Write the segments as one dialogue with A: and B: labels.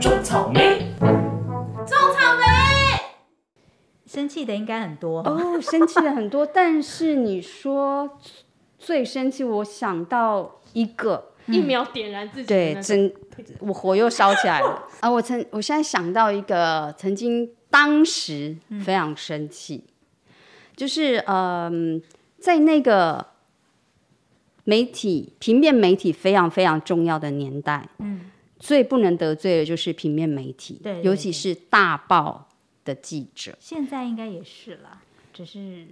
A: 种草莓，种草莓。
B: 生气的应该很多。
C: 哦，生气了很多，但是你说最生气，我想到一个，
D: 一秒点燃自己的
C: 对，
D: 那种。
C: 真我火又烧起来了 啊！我曾我现在想到一个曾经当时
B: 嗯
C: 非常生气，就是嗯、在那个媒体平面媒体非常非常重要的年代，
B: 嗯，
C: 最不能得罪的就是平面媒体，
B: 对对
C: 尤其
B: 对
C: 是大报的记者。
B: 现在应该也是啦，只是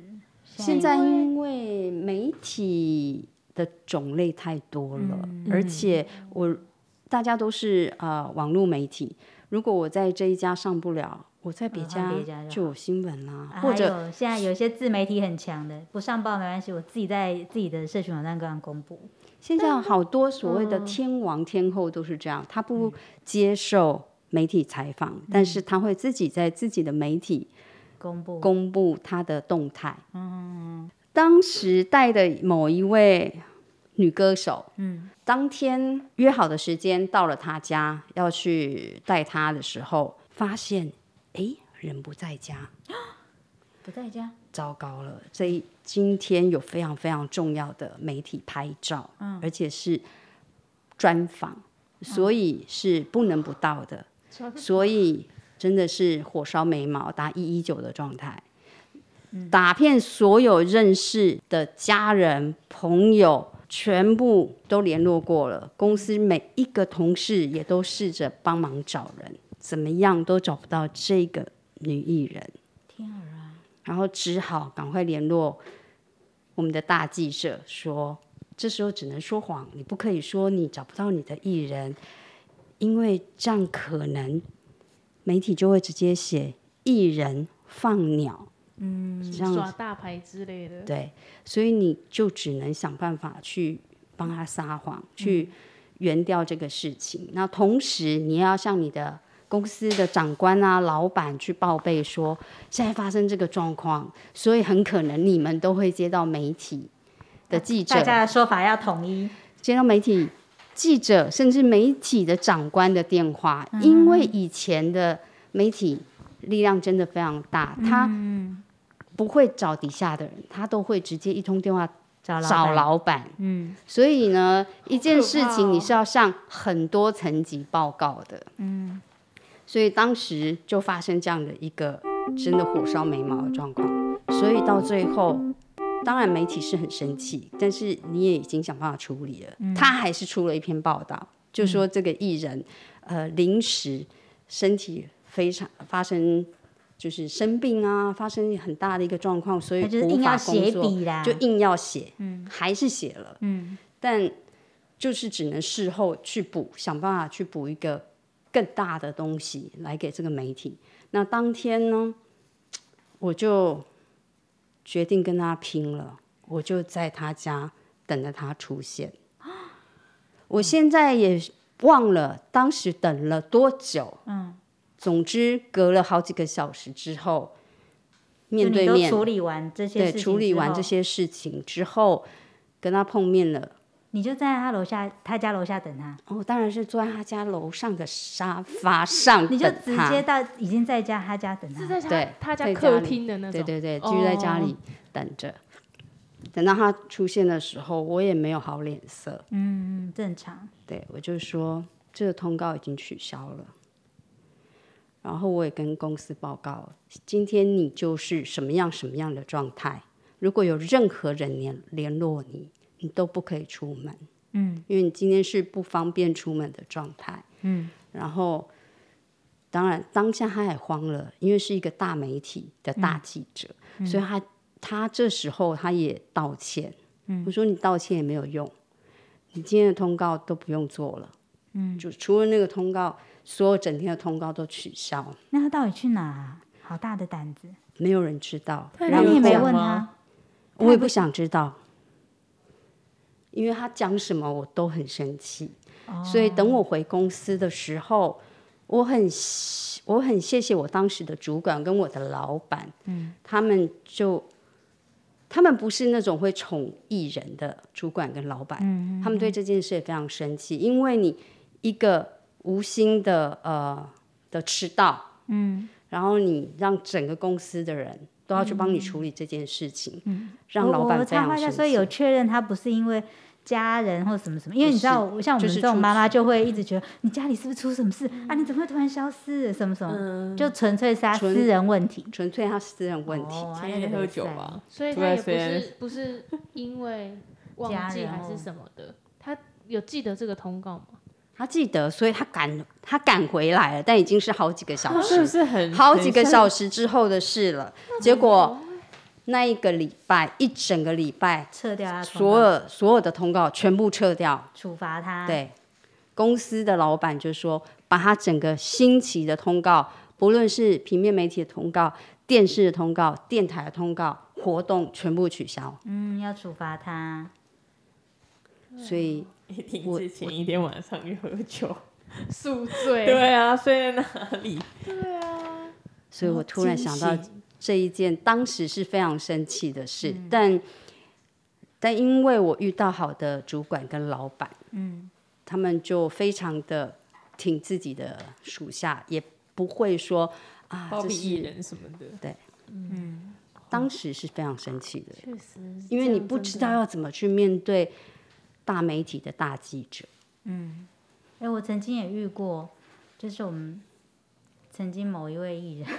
C: 现在因为媒体的种类太多了，
B: 嗯
C: 而且我大家都是呃网络媒体。如果我在这一家上不了，我在别
B: 嗯
C: 家
B: 换别家就好
C: 就有新闻啦、
B: 啊
C: 或者
B: 还有现在有一些自媒体很强的，不上报没关系，我自己在自己的社群网站上公布。
C: 现
B: 啊
C: 在好多所谓
B: 嗯
C: 的天王天后都是这样，他不接受媒体采访，
B: 嗯
C: 但是他会自己在自己的媒体
B: 公布
C: 公布他的动态。嗯，当时带的某一位女歌手，
B: 嗯，
C: 当天约好的时间到了她家，要去带她的时候，发现诶人不在家，
B: 不在家，
C: 糟糕了！这一今天有非常非常重要的媒体拍照，嗯，而且是专访，所以是不能不到的。所以真的是火烧眉毛，打一一九的状态，打遍所有认识的家人朋友，全部都联络过了，公司每一个同事也都试着帮忙找人，怎么样都找不到这个女艺人，
B: 天啊！
C: 然后只好赶快联络我们的大记者说。这时候只能说谎，你不可以说你找不到你的艺人，因为这样可能媒体就会直接写艺人放鸟，嗯，这样
D: 耍大牌之类的，
C: 对，所以你就只能想办法去帮他撒谎，
B: 嗯
C: 去圆掉这个事情。那同时，你也要向你的公司的长官啊、老板去报备说，现在发生这个状况，所以很可能你们都会接到媒体的记者
B: 大家的说法要统一，
C: 接到媒体记者甚至媒体的长官的电话，
B: 嗯
C: 因为以前的媒体力量真的非常大，他
B: 嗯
C: 不会找底下的人，他都会直接一通电话
B: 找老
C: 找
B: 板
C: 老板。
B: 嗯，
C: 所以呢，一件事
D: 好可怕
C: 情
D: 哦
C: 你是要向很多层级报告的。嗯，所以当时就发生这样的一个真的火烧眉毛的状况，所以到最后。当然，媒体是很生气，但是你也已经想办法处理了。
D: 嗯
C: 他还是出了一篇报道，就说这个艺人，呃，临时身体非常发生就是生病啊，发生很大的一个状况，所以
B: 他就是
C: 无
B: 硬要
C: 法工
B: 写
C: 作
B: 笔啦，
C: 就硬要写，嗯，还是写了，嗯，但就是只能事后去补，想办法去补一个更大的东西来给这个媒体。那当天呢，我就决定跟他拼了，我就在他家等着他出现。我现在也忘了当时等了多久，嗯，总之隔了好几个小时之后，面
B: 就
C: 对
B: 你都
C: 面
B: 处理完这些
C: 对，
B: 事情，
C: 处理完这，些事情之后，跟他碰面了。
B: 你就在他楼下，他家楼下等他，
C: 哦，当然是坐在他家楼上的沙发上
B: 你就
C: 等
B: 直
C: 他
B: 接到已经在家他家等
D: 是
B: 他，
D: 在
C: 对
D: 他他家
C: 在家
D: 客
C: 里
D: 厅的那
C: 对
D: 种。
C: 对对，
D: 哦
C: 居在家里等着。等到他出现的时候，我也没有好脸色。
B: 嗯，正常，
C: 对我就说这个通告已经取消了。然后我也跟公司报告，今天你就是什么样什么样的状态。如果有任何人联联络你，你都不可以出门。嗯，因为你今天是不方便出门的状态。嗯，然后当然当下他也慌了，因为是一个大媒体的大记者，所以他他这时候他也道歉。嗯，我说你道歉也没有用。你今天的通告都不用做了，嗯，就除了那个通告，所有整天的通告都取消，
B: 那他到底去哪啊？好大的胆子，
C: 没有人知道。
D: 他
B: 那
C: 然
B: 你也没
C: 后
B: 问他
D: 吗，
C: 我也不想知道，因为他讲什么我都很生气，
B: 哦
C: 所以等我回公司的时候，我很谢我很谢谢我当时的主管跟我的老板，嗯，他们就他们不是那种会宠艺人的主管跟老
B: 嗯
C: 板，他们对这件事也非常生气，因为你一个无心的呃的迟到，嗯，然后你让整个公司的人都要去帮你处理这件事情，让
B: 我
C: 老
B: 嗯我
C: 板非
B: 插
C: 常
B: 话一下，
C: 生
B: 所以
C: 气。
B: 有确认他不是因为家人或什么什么，因为
C: 不
B: 你知道，
C: 是
B: 我像我
C: 就
B: 们
C: 是
B: 这
C: 出
B: 种妈妈就会一直觉得你家里是不是出什么事啊？你怎么会突然消失？什么什么，就纯粹是他
C: 嗯纯
B: 私人问题。
C: 纯粹他私人问题，
B: 哦
E: 天天喝酒？吧，
D: 所以
E: 突
D: 他
E: 然
D: 也不
E: 间
D: 是不是因为忘
B: 家
D: 记
B: 人
D: 还是什么的，他有记得这个通告吗？
C: 他记得，所以他赶他赶回来了，但已经是好几个小
B: 哦
E: 是不
C: 时，
E: 是很
C: 好几个
E: 时？
C: 小时之后的事了。结果那一个礼拜，一整个礼拜，
B: 撤掉他通
C: 所
B: 告
C: 有所有的通告全部撤掉。
B: 处罚
E: 啊
B: 他，，
C: 对，公司的老板就说，把他整个新奇的通告，不论是平面媒体的通告、电视的通告、电台的通告、活动全部取消。
B: 嗯，要处罚他。
E: 嗯
C: 所以
E: 一定
C: 我
E: 是前一天晚上去喝酒。
D: 宿醉，
E: 对啊，睡在哪里？
D: 对啊，
C: 所以我突然想到
E: 惊喜
C: 这一件，当时是非常生气的事，
E: 嗯
C: 但但因为我遇到好的主管跟老板，嗯，他们就非常的挺自己的属下，也不会说啊，
E: 包
C: 这
E: 庇艺
C: 是
E: 人什么的。
B: 嗯
C: 当时是非常生气的，
D: 确实，
C: 因为你不知道要怎么去面对大媒体的大记者，
B: 哎、我曾经也遇过，就是我们曾经某一位艺人，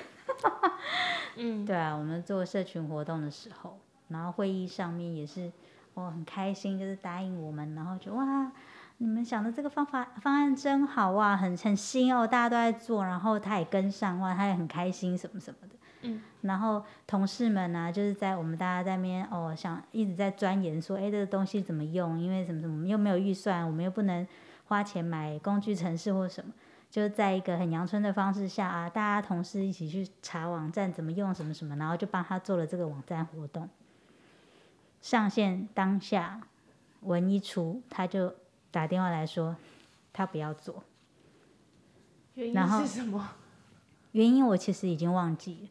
B: 嗯，对啊，我们做社群活动的时候，然后会议上面也是，哦，很开心，就是答应我们，然后就哇，你们想的这个方法方案真好哇，很很新哦，大家都在做，然后他也跟上哇，他也很开心什么什么的。嗯，然后同事们呢、就是在我们大家在那边哦，想一直在钻研说，哎，这个东西怎么用？因为什么什么，我们又没有预算，我们又不能花钱买工具城市或什么，就是在一个很阳春的方式下啊，大家同事一起去查网站怎么用什么什么，然后就帮他做了这个网站活动。上线当下，文一出，他就打电话来说，他不要做。
D: 原
B: 然
D: 因
B: 后
D: 是什么？
B: 原因我其实已经忘记了。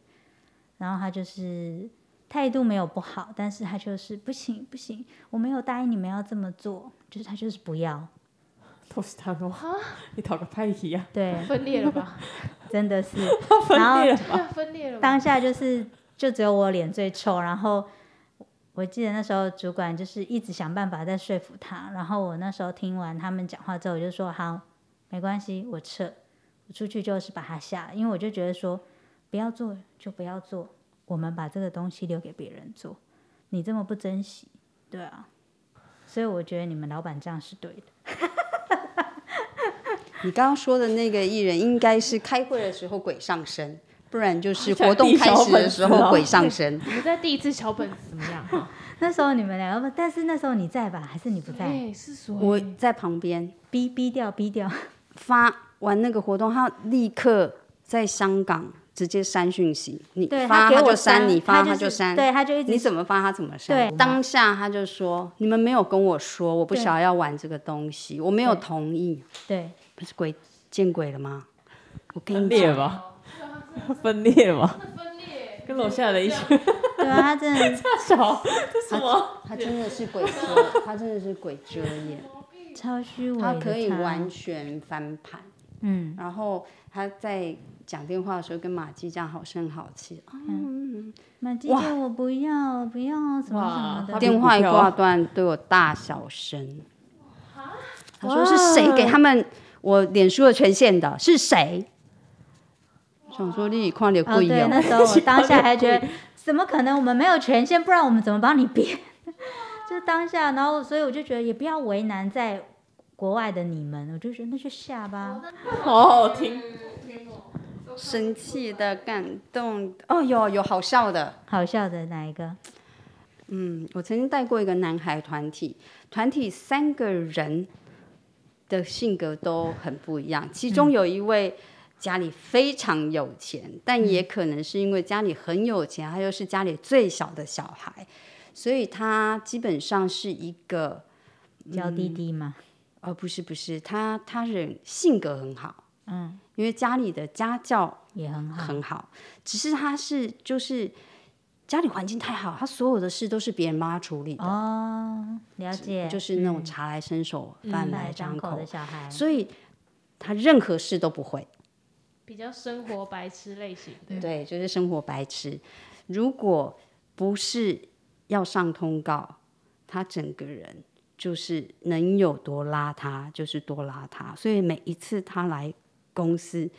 B: 然后他就是态度没有不好，但是他就是不行不行，我没有答应你们要这么做，就是他就是不要。
E: 都是他说，你讨个派系啊！
B: 对，
D: 分裂了吧？
B: 真的是。
E: 分
B: 然后
E: 裂了
D: 对啊，分裂了吧？
B: 当下就是就只有我脸最臭，然后我记得那时候主管就是一直想办法在说服他，然后我那时候听完他们讲话之后，我就说好，没关系，我撤，我出去就是把他吓了，因为我就觉得说不要做就不要做，我们把这个东西留给别人做，你这么不珍惜，对啊，所以我觉得你们老板这样是对的。
C: 你刚刚说的那个艺人，应该是开会的时候鬼上身，不 然就是活动开始的时候鬼上身。
D: 我们在第一次小本子怎么样啊？
B: 那时候你们两个，但是那时候你在吧，还是你不在？
D: 对，是所
C: 我
D: 以
C: 在旁边
B: 逼逼掉，逼掉。
C: 发完那个活动，他立刻在香港直接删讯息，你
B: 对
C: 发
B: 给
C: 就
B: 我
C: 删，你发
B: 他
C: 就是删，
B: 对，他就一直
C: 你怎么发他怎么删。
B: 对
C: 当下他就说：“你们没有跟我说，我不
B: 对
C: 想要玩这个东西，我没有
B: 对
C: 同意。
B: 对，”
C: 不是鬼见鬼了吗？我跟
E: 分
C: 你
E: 裂
C: 讲，
E: 吧，分裂吧，
D: 分裂，
E: 跟楼下的一起
B: 对啊，他真 的
E: 吵，这什么？
C: 他真的是鬼遮，他真的是鬼遮 眼。
B: 超虚伪，
C: 他可以完，全翻盘。
B: 嗯，
C: 然后他在讲电话的时候跟马季这样好声好气，
B: 马季姐我不要，我不要什么
E: 哇
B: 什么
E: 他比
B: 的，哦
C: 电话一
E: 股票
C: 挂断对我大小声。他说是谁给他们我脸书的权限的？是谁？我想说你矿点
B: 哦
C: 故意
B: 对，那
C: 哦，
B: 时候我当下还觉得怎么可能我们没有权限，不然我们怎么帮你编？ 就当下，然后所以我就觉得也不要为难在国外的你们，我就觉得那就下
C: 哦
B: 吧，
E: 好好听，
C: 生气的、感动的，哦，有有好笑的。
B: 好笑的哪一个？
C: 嗯，我曾经带过一个男孩团体，团体三个人的性格都很不一样，其中有一位家里非常有钱，但也可能是因为家里很有钱，他又是家里最小的小孩，所以他基本上是一个，嗯
B: 娇滴滴嘛，
C: 呃，不是不是，他他人性格很好，嗯，因为家里的家教
B: 也很好，
C: 很好，只是他是就是家里环境太好，他所有的事都是别人帮他处理的，
B: 哦，了解，
C: 就是那种茶来伸手、饭
B: 嗯
C: 来
B: 来
C: 张
B: 张
C: 口，
B: 的小孩，
C: 所以他任何事都不会。
D: 比较生活白痴类型的，
C: 对，就是生活白痴。如果不是要上通告，他整个人就是能有多邋遢就是多邋遢，所以每一次他来公司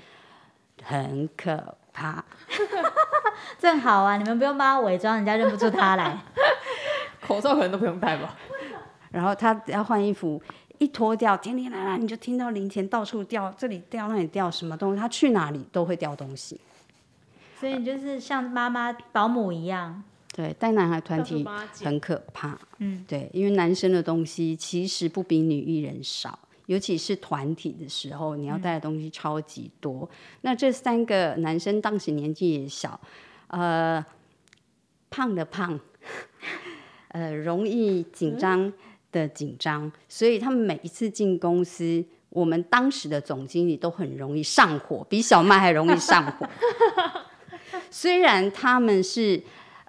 C: 很可怕。
B: 正好啊，你们不用帮他伪装，人家认不出他来。
E: 口罩可能都不用戴吧。
C: 然后他要换衣服，一脱掉，天天来来你就听到零钱到处掉，这里掉那里掉，什么东西，他去哪里都会掉东西。
B: 所以你就是像妈妈保姆一样，
C: 对，带男孩团
D: 到处
C: 体
D: 帮他剪
C: 很可怕。
B: 嗯，
C: 对，因为男生的东西其实不比女艺人少，尤其是团体的时候，你要带的东西超级多。那这三个男生当时年纪也小，呃，胖的胖，呃，容易紧张的紧张，所以他们每一次进公司。我们当时的总经理都很容易上火，比小麦还容易上 火。虽然他们是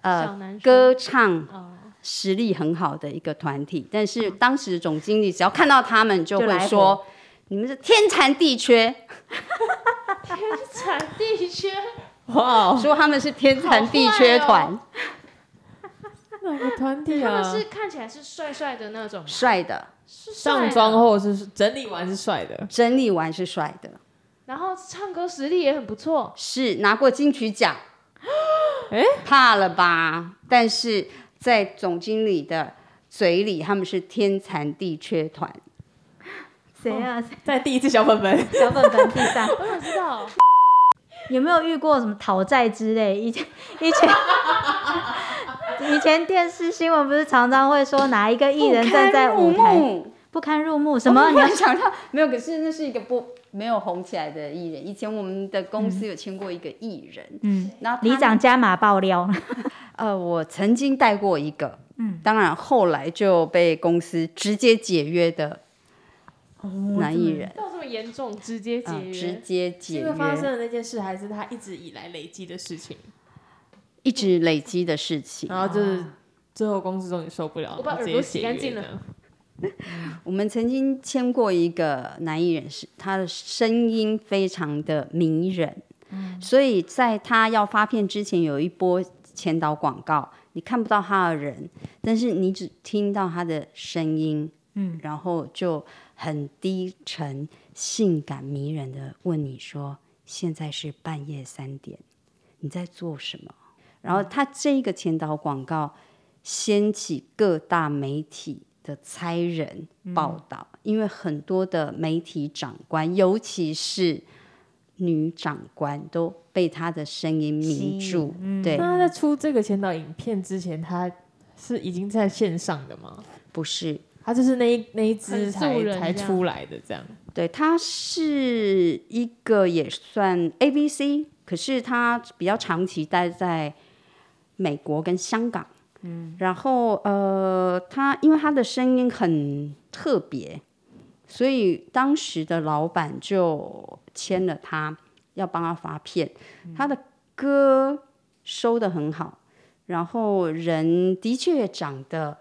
D: 小男
C: 呃
D: 生
C: 歌唱
D: 哦
C: 实力很好的一个团体，但是当时总经理只要看到他们就
B: 就来
C: 会
B: 火
C: 说：“你们是天残地缺。
D: 产地区，
E: 哇哦，
C: 说他们是天残地缺
D: 好坏
C: 团，
E: 哪个团体
D: 他
E: 啊
D: 们？是看起来是帅帅的那种吗，
C: 帅的，
D: 是帅的
E: 上妆，后是整理完是帅的，
C: 整理完是帅的，
D: 然后唱歌实力也很不错，
C: 是拿过金曲奖，
E: 诶
C: 怕了吧？但是在总经理的嘴里，他们是天残地缺团。
B: 谁啊？
E: 在第一次小本本，
B: 小本本地上
D: 我想知道，
B: 有没有遇过什么讨债之类？以前以前 以前电视新闻不是常常会说哪一个艺人站在舞
C: 不堪入
B: 台
C: 目
B: 不堪入目，什么？你
C: 哦我
B: 要
C: 没想到没有，可是那是一个不没有红起来的艺人。以前我们的公司有签过一个艺人，
B: 嗯，
C: 然后他
B: 里长加码爆料，
C: 呃，我曾经带过一个，嗯，当然后来就被公司直接解约的男艺人，
D: 到这么严重，直接解
C: 嗯，直
D: 约，
C: 接
E: 是
C: 解
E: 因为发生
C: 约，
E: 的那件事，还是他一直以来累积的事情，
C: 一直累积的事情。
E: 然后就是最后公司终于受不了，
D: 啊我把
E: 然后
D: 耳
E: 直
D: 朵
E: 接
D: 洗
E: 解
D: 干
E: 约
D: 净了
E: 的。
C: 我们曾经签过一个男艺人，是他的声音非常的迷人，所以在他要发片之前，有一波前导广告，你看不到他的人，但是你只听到他的声音，嗯，然后就很低沉、性感、迷人的问你说：“现在是半夜三点，你在做什么？”然后他这一个前导广告掀起各大媒体的猜人报道，
B: 嗯
C: 因为很多的媒体长官，尤其是女长官，都被他的声音迷
B: 吸引嗯
C: 住。对，
E: 那他在出这个前导影片之前，他是已经在线上的吗？
C: 不是，
E: 他就是那一那一只
D: 很素
E: 才
D: 人
E: 才
D: 这样
E: 出来的这样。
C: 对，他是一个也算 A B C，可是他比较长期待在美国跟香港。嗯，然后呃，他因为他的声音很特别，所以当时的老板就签了他，要帮他发片。他的歌收的很好，然后人的确长得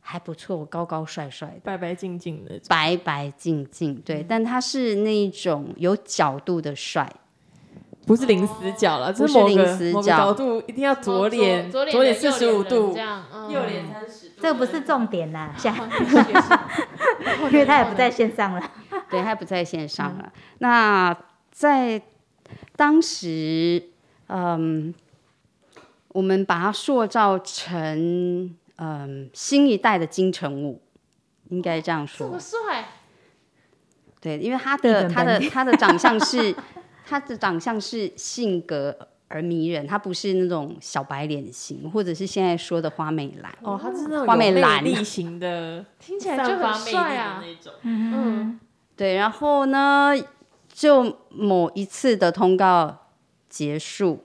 C: 还不错，高高帅帅的。
E: 白白净净的，
C: 白白净净，对，
B: 嗯
C: 但他是那一种有角度的帅，
E: 不是零死角了，
C: 哦不
E: 这
C: 是
E: 某
C: 零
E: 个
C: 死
E: 某个
C: 角
E: 角度一定要啊左脸，
D: 左脸
E: 左脸
D: 的
E: 四十五
D: 右
E: 度
D: 这，样，嗯
E: 右脸三十度，
B: 这个不是重点啦，下，
D: 哦也是也是
B: 因为他也不在线上了。
C: 对，他不在线上
B: 嗯
C: 了。那在当时，嗯，我们把它塑造成嗯新一代的金城武，应该这样
D: 这
C: 说
D: 么。帅，
C: 对，因为他
B: 日
C: 的
B: 本
C: 他的
B: 本地
C: 他的长相是他的长相是性格而迷人，他不是那种小白脸型，或者是现在说的花美男。
E: 哦，他是那种
C: 花美
E: 有魅
C: 男
E: 力型的，
D: 听起来就
E: 散发
D: 很
E: 魅力
D: 帅啊
E: 的，那种。
D: 嗯，
C: 对，然后呢，就某一次的通告结束，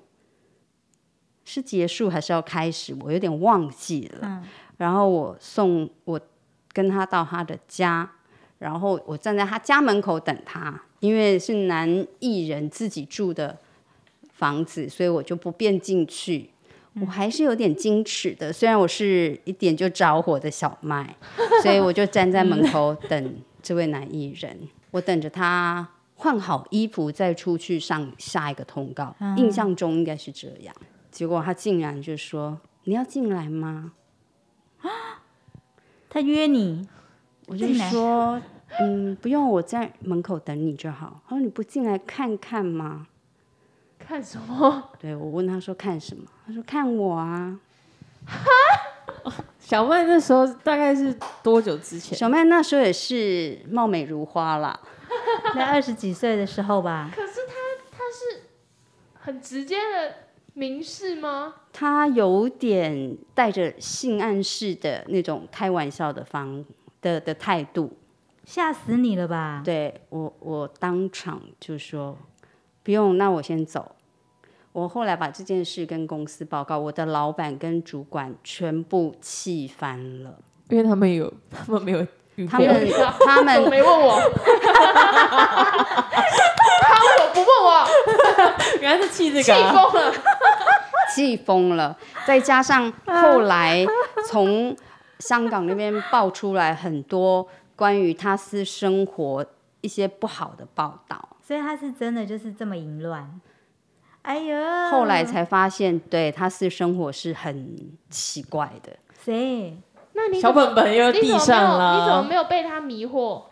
C: 是结束还是要开始？我有点忘记了。
B: 嗯
C: 然后我送我跟他到他的家，然后我站在他家门口等他，因为是男艺人自己住的房子，所以我就不便进去。我还是有点矜持的，虽然我是一点就着火的小麦， 所以我就站在门口等这位男艺人，我等着他换好衣服再出去上下一个通告，印象中应该是这样。结果他竟然就说：“你要进来吗
B: 他约你，？”
C: 我就
B: 进来
C: 说：“嗯，不用，我在门口等你就好。”他说：“你不进来看看吗
D: 看什么？？”
C: 对我问他说：“看什么？”他说：“看我啊。”
E: 小麦那时候大概是多久之前？
C: 小曼那时候也是貌美如花啦，
B: 在二十几岁的时候吧，
D: 可是他他是很直接的明示吗？
C: 她有点带着性暗示的那种开玩笑的方的的态度。
B: 吓死你了吧？
C: 对我，我当场就说不用，那我先走。我后来把这件事跟公司报告，我的老板跟主管全部气翻了。
E: 因为他们有，他们没有预
C: 他
E: 料
C: 们他们
D: 都没问我，他问我不问我，
E: 原来是气这
D: 气
E: 个啊、
D: 疯了。
C: 气疯了，再加上后来从香港那边爆出来很多关于他私生活一些不好的报道，
B: 所以他是真的就是这么淫乱。哎呦，
C: 后来才发现，对他私生活是很奇怪的。
B: 谁？
D: 那你
E: 小
D: 怎么
E: 本本又
D: 你怎
E: 地
D: 么没
E: 上
D: 有？你怎么
E: 了，
D: 没有被他迷惑？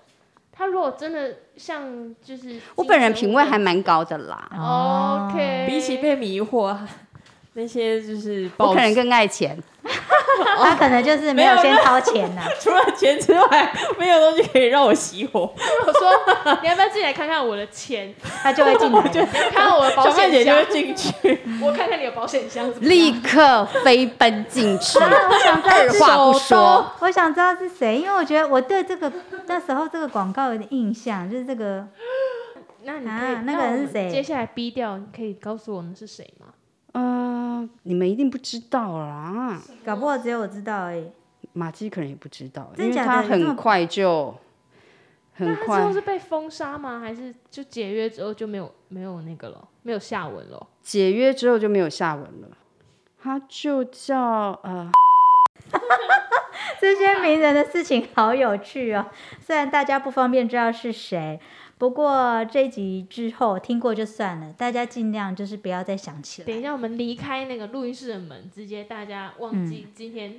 D: 他如果真的像就是
C: 我本人品味还蛮高的啦，
D: 哦 OK，
E: 比起被迷惑，那些就是
C: 我
E: 报
C: 可能更爱钱。
B: 他可能就是没有
E: 没有
B: 先掏钱呐、
E: 除了钱之外，没有东西可以让我熄火。
D: 我说你要不要进来看看我的 钱，
B: 他就会进来了。
D: 看看我的保
E: 小麦
D: 险
E: 姐就
D: 箱
E: 会，进去，
D: 我看看你的保险箱怎么样
C: 立刻飞奔进去，哦二话不说，
B: 我想知道是谁，因为我觉得我对这个那时候这个广告有点印象，就是这个
D: 那你可以、
B: 啊那个人
D: 我
B: 是
D: 们
B: 谁
D: 接下来逼掉，你可以告诉我们是谁吗？
C: 嗯、你们一定不知道啦，
B: 搞不好只有我知道而已。
C: 马基可能也不知道，
B: 真
C: 因为
B: 假的
C: 他
B: 有这么
C: 很快就很
D: 那他
C: 快
D: 之后是被封杀吗？还是就解约之后就没有没有那个了，没有下文了？
C: 解约之后就没有下文了。他就叫呃，
B: 这些名人的事情好有趣哦，虽然大家不方便知道是谁，不过这一集之后听过就算了，大家尽量就是不要再想起
D: 等一
B: 来。
D: 下，我们离开那个录音室的门，直接大家忘记今天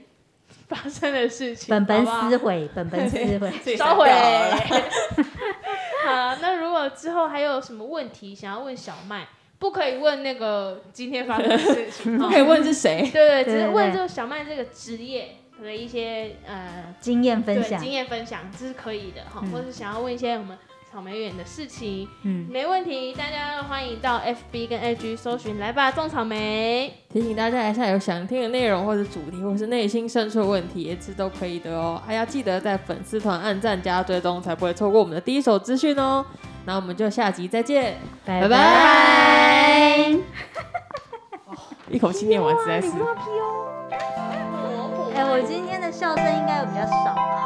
D: 发生的事情，
B: 嗯本本
D: 好不
B: 撕
D: 好
B: 毁，本本撕毁。
D: 烧毁。哎好，那如果之后还有什么问题想要问小麦，不可以问那个今天发生的事 情，
E: 不
D: 哦
E: 可以问是谁。
D: 对对，只
B: 对
D: 是
B: 对
D: 问
B: 对
D: 这个小麦这个职业的一些呃
B: 经验分
D: 对
B: 享
D: 经，验分享，这是可以的哈，
B: 嗯
D: 或是想要问一些我们草莓园的事情，
B: 嗯，
D: 没问题，大家欢迎到 FB 跟 IG 搜寻来吧种草莓。
E: 提醒大家一下，有想听的内容或者主题，或是内心深处的问题，也是都可以的哦。还、要记得在粉丝团按赞加追踪，才不会错过我们的第一手资讯哦。那我们就下集再见，
B: 拜
E: 拜
B: 拜。
E: 一口气念完实在是。
B: 哦哎，我今天的笑声应该有比较少吧。